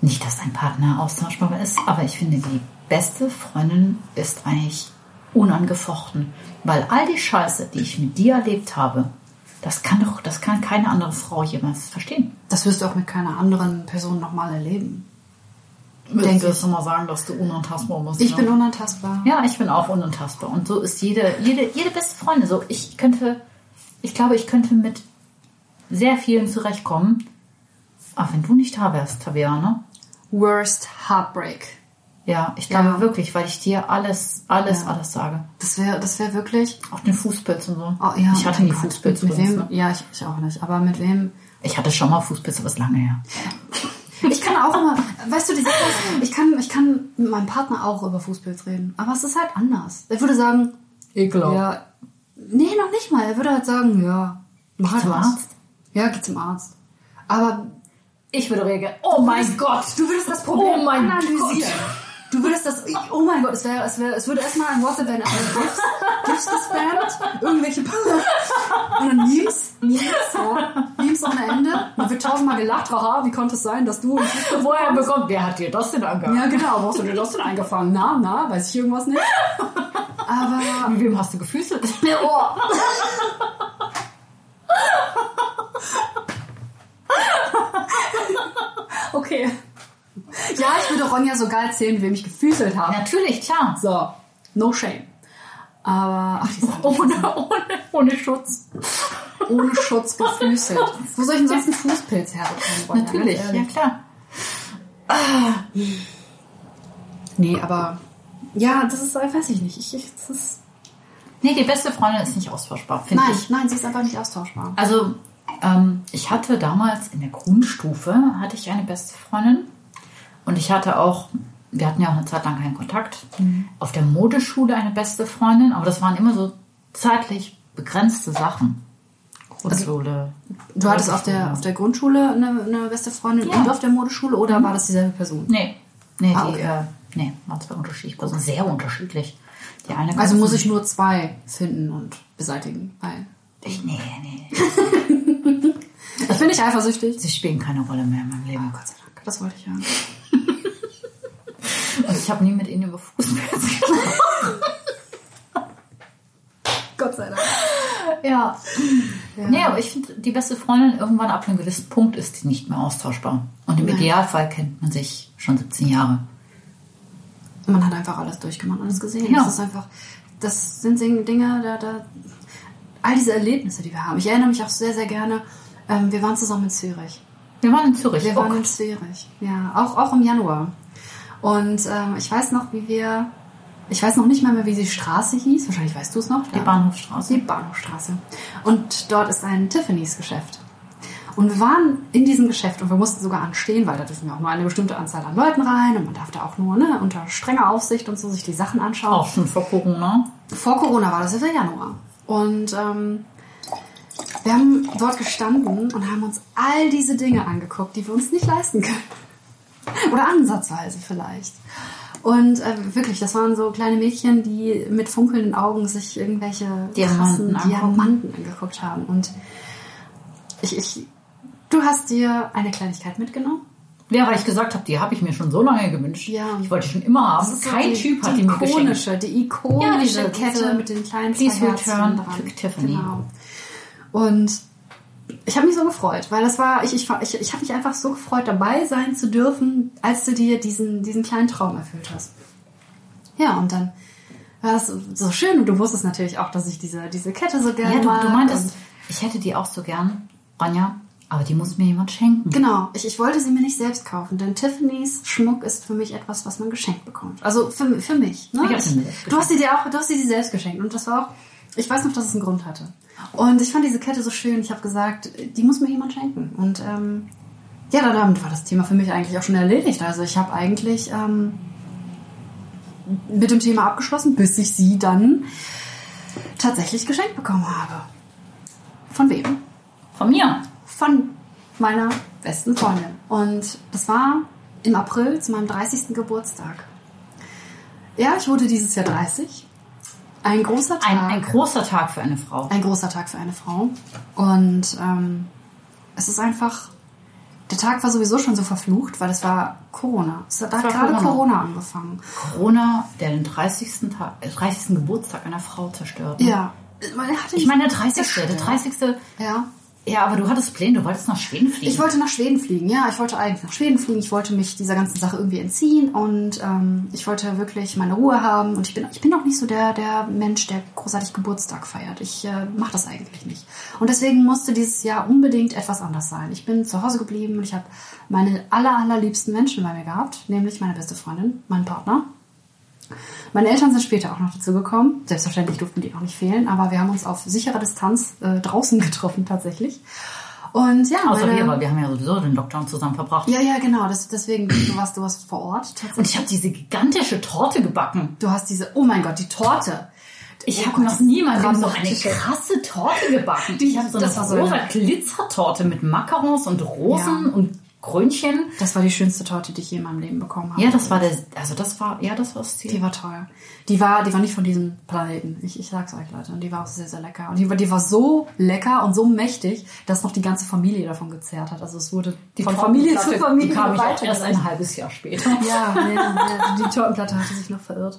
nicht, dass ein Partner austauschbar ist, aber ich finde, die beste Freundin ist eigentlich unangefochten, weil all die Scheiße, die ich mit dir erlebt habe, das kann doch, das kann keine andere Frau jemals verstehen. Das wirst du auch mit keiner anderen Person nochmal erleben. Würdest denke du ich. jetzt nochmal sagen, dass du unantastbar bist? Ich ne? bin unantastbar. Ja, ich bin auch unantastbar. Und so ist jede, jede, jede beste Freundin so. Ich könnte, ich glaube, ich könnte mit sehr vielen zurechtkommen. Aber wenn du nicht da wärst, Tavia, ne? Worst Heartbreak. Ja, ich glaube Ja. wirklich, weil ich dir alles, alles, Ja. alles sage. Das wäre das wär wirklich. Auch den Fußpilz und so. Oh, ja, ich hatte nie Gott. Fußpilz Mit übrigens. wem? Ne? Ja, ich, ich auch nicht. Aber mit wem? Ich hatte schon mal Fußpilz, aber ist lange her. Ich kann auch immer, weißt du, die Sache ist, ich kann, ich kann mit meinem Partner auch über Fußpilz reden. Aber es ist halt anders. Er würde sagen, Ekelhaft. ja, nee, noch nicht mal. Er würde halt sagen, ja, mach halt zum was. Arzt? Ja, geh zum Arzt. Aber Ich würde reagieren. Oh mein Gott! du würdest das Problem Oh mein analysieren. Gott. Du würdest das, oh mein Gott, es, wäre, es, wäre, es würde erstmal ein WhatsApp werden, also GIFs, GIFs gespammt, irgendwelche und dann Memes, Memes, ja, Memes ohne Ende. Und wir tausendmal gelacht, haha, wie konnte es sein, dass du und ich Woher bekommt, wer hat dir das denn angehangen? Ja, genau. Wo hast du dir das denn eingefangen? Na, na, weiß ich irgendwas nicht? Aber. Mit wem hast du gefüßelt? Oh. okay. Ja, ich würde Ronja sogar erzählen, mit wem ich gefüßelt habe. Natürlich, klar. So, no shame. Aber, ach, die sind Ohne, ohne, ohne Schutz. ohne Schutz gefüßelt. Wo soll ich denn sonst einen Fußpilz herbekommen? Ronja? Natürlich, Ganz ja ehrlich. klar. Nee, aber. Ja, das ist, äh, weiß ich nicht. Ich, ich, das ist, Nee, die beste Freundin ist nicht austauschbar, finde nein, ich. nein, sie ist einfach nicht austauschbar. Also, ähm, ich hatte damals in der Grundstufe hatte ich eine beste Freundin und ich hatte auch, wir hatten ja auch eine Zeit lang keinen Kontakt, Mhm. auf der Modeschule eine beste Freundin, aber das waren immer so zeitlich begrenzte Sachen. Grundschule. Also, Du hattest auf der, auf der Grundschule eine, eine beste Freundin Ja. Mhm. und auf der Modeschule oder war das dieselbe Person? Nee, nee, Ah, die, okay. äh, nee, waren zwei unterschiedliche Personen, sehr unterschiedlich. Die eine Also muss ich nur zwei finden und beseitigen, weil Ich, nee, nee. ich bin nicht eifersüchtig. Sie spielen keine Rolle mehr in meinem Leben. Oh Gott sei Dank, das wollte ich ja. Und ich habe nie mit ihnen über Fußball gesprochen. Gott sei Dank. Ja. Nee, aber ich finde, die beste Freundin irgendwann ab einem gewissen Punkt ist die nicht mehr austauschbar. Und im Nein. Idealfall kennt man sich schon 17 Jahre. Man hat einfach alles durchgemacht, alles gesehen. Ja. Das ist einfach, das sind Dinge, da, da, all diese Erlebnisse, die wir haben. Ich erinnere mich auch sehr, sehr gerne. Ähm, wir waren zusammen in Zürich. Wir waren in Zürich. Wir Oh waren Gott. in Zürich, ja. Auch, auch im Januar. Und ähm, ich weiß noch, wie wir. Ich weiß noch nicht mal mehr, wie die Straße hieß. Wahrscheinlich weißt du es noch. die Ja. Bahnhofstraße. Die Bahnhofstraße. Und dort ist ein Tiffany's Geschäft. Und wir waren in diesem Geschäft und wir mussten sogar anstehen, weil da dürfen ja auch nur eine bestimmte Anzahl an Leuten rein und man darf da auch nur ne, unter strenger Aufsicht und so sich die Sachen anschauen Auch schon vor Corona. vor Corona war das, das war Januar. Und ähm, wir haben dort gestanden und haben uns all diese Dinge angeguckt, die wir uns nicht leisten können. Oder ansatzweise vielleicht. Und ähm, wirklich, das waren so kleine Mädchen, die mit funkelnden Augen sich irgendwelche Diamanten krassen angucken. Diamanten angeguckt haben. Und ich, ich, du hast dir eine Kleinigkeit mitgenommen. Ja, weil ich gesagt habe, die habe ich mir schon so lange gewünscht. Ja. Ich wollte die schon immer haben. Das ist so Also Kein die, Typ hat die die mir geschenkt. ikonische, die ikonische Ja, diese- Kette diese mit den kleinen Please zwei Herzen return dran. to Tiffany. Genau. Und ich habe mich so gefreut, weil das war ich ich war- ich, ich habe mich einfach so gefreut dabei sein zu dürfen, als du dir diesen diesen kleinen Traum erfüllt hast. Ja, und dann war es so schön und du wusstest natürlich auch, dass ich diese diese Kette so gerne Ja, mag du, du und- meintest, ich hätte die auch so gern, Ronja, aber die muss mir jemand schenken. Genau, ich, ich wollte sie mir nicht selbst kaufen, denn Tiffany's Schmuck ist für mich etwas, was man geschenkt bekommt. Also für, für mich. Ne? Ich hab sie mir selbst du hast sie dir auch, du hast sie dir selbst geschenkt und das war auch, ich weiß noch, dass es einen Grund hatte. Und ich fand diese Kette so schön. Ich habe gesagt, die muss mir jemand schenken. Und ähm, ja, damit war das Thema für mich eigentlich auch schon erledigt. Also ich habe eigentlich ähm, mit dem Thema abgeschlossen, bis ich sie dann tatsächlich geschenkt bekommen habe. Von wem? Von mir. von meiner besten Freundin. Und das war im April zu meinem 30. Geburtstag. Ja, ich wurde dieses Jahr 30. Ein großer Tag. Ein, ein großer Tag für eine Frau. Ein großer Tag für eine Frau. Und ähm, es ist einfach. Der Tag war sowieso schon so verflucht, weil es war Corona. Es hat, da hat war gerade Corona. Corona. angefangen. Corona, der den 30. Tag, äh, 30. Geburtstag einer Frau zerstört. ne? Ja. Man hatte Ich nicht- meine, der 30. Der Zerstört. 30. Ja. Ja, aber du hattest Pläne, du wolltest nach Schweden fliegen. Ich wollte nach Schweden fliegen, ja. Ich wollte eigentlich nach Schweden fliegen. Ich wollte mich dieser ganzen Sache irgendwie entziehen und ähm, ich wollte wirklich meine Ruhe haben. Und ich bin, ich bin auch nicht so der, der Mensch, der großartig Geburtstag feiert. Ich äh, mache das eigentlich nicht. Und deswegen musste dieses Jahr unbedingt etwas anders sein. Ich bin zu Hause geblieben und ich habe meine aller, allerliebsten Menschen bei mir gehabt, nämlich meine beste Freundin, meinen Partner. Meine Eltern sind später auch noch dazu gekommen. Selbstverständlich durften die auch nicht fehlen, aber wir haben uns auf sichere Distanz äh, draußen getroffen tatsälich. Und ja, Außer meine- wir, weil wir haben ja sowieso den Lockdown zusammen verbracht. ja, ja, genau. Das, deswegen, du warst, du warst vor Ort. Und ich habe diese gigantische Torte gebacken. Du hast diese, oh mein Gott, die Torte. Ich Oh habe Gott, noch nie mal das so war eine richtig- krasse Torte gebacken. Die- Ich habe so eine das war so eine- rosa Glitzertorte mit Macarons und Rosen Ja. und Krönchen. Das war die schönste Torte, die ich je in meinem Leben bekommen habe. Ja, das war der, also das war, ja, das war das Ziel. Die war toll. Die war, die war nicht von diesem Planeten. Ich, ich sag's euch, Leute. Und die war auch sehr, sehr lecker. Und die, war- die war so lecker und so mächtig, dass noch die ganze Familie davon gezerrt hat. Also es wurde von Familie zu Tortenplatte Familie kam ich auch erst weitergereicht. ein halbes Jahr später. Ja, nee, nee, die Tortenplatte hatte sich noch verirrt.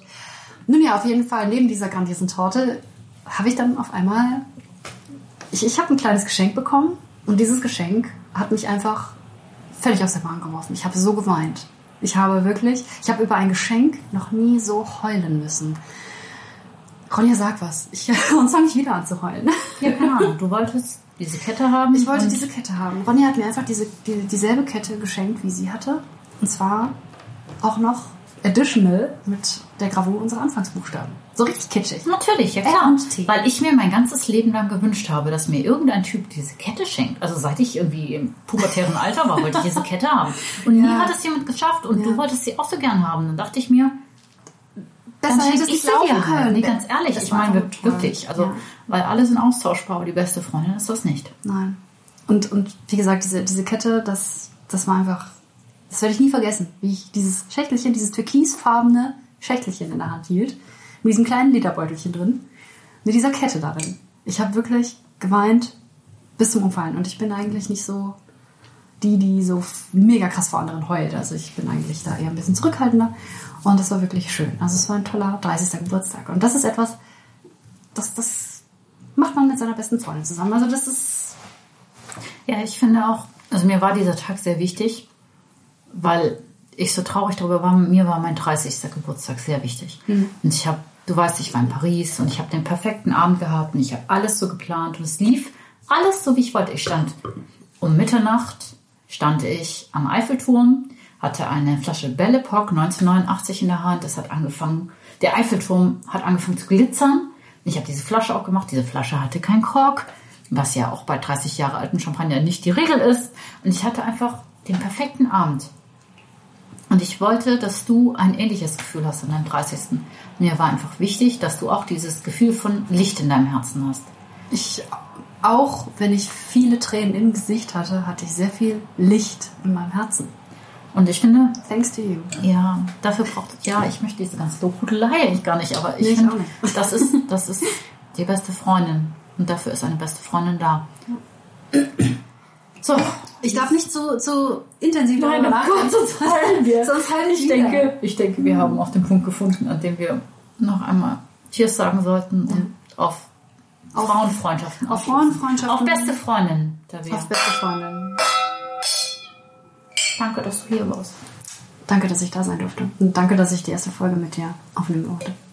Nun ja, auf jeden Fall, neben dieser grandiosen Torte habe ich dann auf einmal. Ich, ich habe ein kleines Geschenk bekommen und dieses Geschenk hat mich einfach völlig aus der Bahn geworfen. Ich habe so geweint. Ich habe wirklich, ich habe über ein Geschenk noch nie so heulen müssen. Ronja, sag was. Ich, sonst fange ich wieder an zu heulen. Ja, keine Ahnung. Du wolltest diese Kette haben. Ich wollte und- diese Kette haben. Ronja hat mir einfach diese, die, dieselbe Kette geschenkt, wie sie hatte. Und zwar auch noch additional mit der Gravur unserer Anfangsbuchstaben. So richtig kitschig. Natürlich, ja Äh, klar. und Tee. Weil ich mir mein ganzes Leben lang gewünscht habe, dass mir irgendein Typ diese Kette schenkt. Also seit ich irgendwie im pubertären Alter war, wollte ich diese Kette haben. Und nie Ja. hat es jemand geschafft. Und Ja. du wolltest sie auch so gern haben. Dann dachte ich mir, Besser dann hätte schenke es ich nicht sie dir laufen halt. können. Nee, ganz ehrlich, Das ich war meine einfach toll. wirklich. Also, Ja. weil alle sind austauschbar, aber die beste Freundin ist das nicht. Nein. Und, und wie gesagt, diese, diese Kette, das, das war einfach. Das werde ich nie vergessen, wie ich dieses Schächtelchen, dieses türkisfarbene Schächtelchen in der Hand hielt. Mit diesem kleinen Lederbeutelchen drin. Mit dieser Kette darin. Ich habe wirklich geweint bis zum Umfallen. Und ich bin eigentlich nicht so die, die so f- mega krass vor anderen heult. Also ich bin eigentlich da eher ein bisschen zurückhaltender. Und das war wirklich schön. Also es war ein toller 30. Geburtstag. Und das ist etwas, das, das macht man mit seiner besten Freundin zusammen. Also das ist Ja, ich finde auch, also mir war dieser Tag sehr wichtig, weil ich so traurig darüber war. Mir war mein 30. Geburtstag sehr wichtig. Und ich habe, du weißt, ich war in Paris und ich habe den perfekten Abend gehabt und ich habe alles so geplant und es lief alles so, wie ich wollte. Ich stand um Mitternacht, stand ich am Eiffelturm, hatte eine Flasche Belle Epoque 1989 in der Hand. Es hat angefangen, der Eiffelturm hat angefangen zu glitzern. Ich habe diese Flasche auch gemacht. Diese Flasche hatte keinen Kork, was ja auch bei 30 Jahre altem Champagner nicht die Regel ist. Und ich hatte einfach den perfekten Abend. Und ich wollte, dass du ein ähnliches Gefühl hast an deinem 30. Mir war einfach wichtig, dass du auch dieses Gefühl von Licht in deinem Herzen hast. Ich, auch wenn ich viele Tränen im Gesicht hatte, hatte ich sehr viel Licht in meinem Herzen. Und ich finde, Thanks to you. ja, dafür braucht ja, ich möchte diese ganze Lobhudelei eigentlich gar nicht, aber ich Nee, ich auch finde, nicht. das ist, das ist die beste Freundin. Und dafür ist eine beste Freundin da. So, Ich darf nicht so, so intensiv Nein, darüber oh Gott, sonst heulen wir. Sonst halt heulen ich wir. denke, ich denke, wir haben auch den Punkt gefunden, an dem wir noch einmal Cheers sagen sollten und auf, Auf- Frauenfreundschaften. auf anschließen. Frauenfreundschaften. Auf beste Freundinnen. Da wir. Auf beste Freundin. Danke, dass du hier warst. Danke, dass ich da sein durfte. Und danke, dass ich die erste Folge mit dir aufnehmen durfte.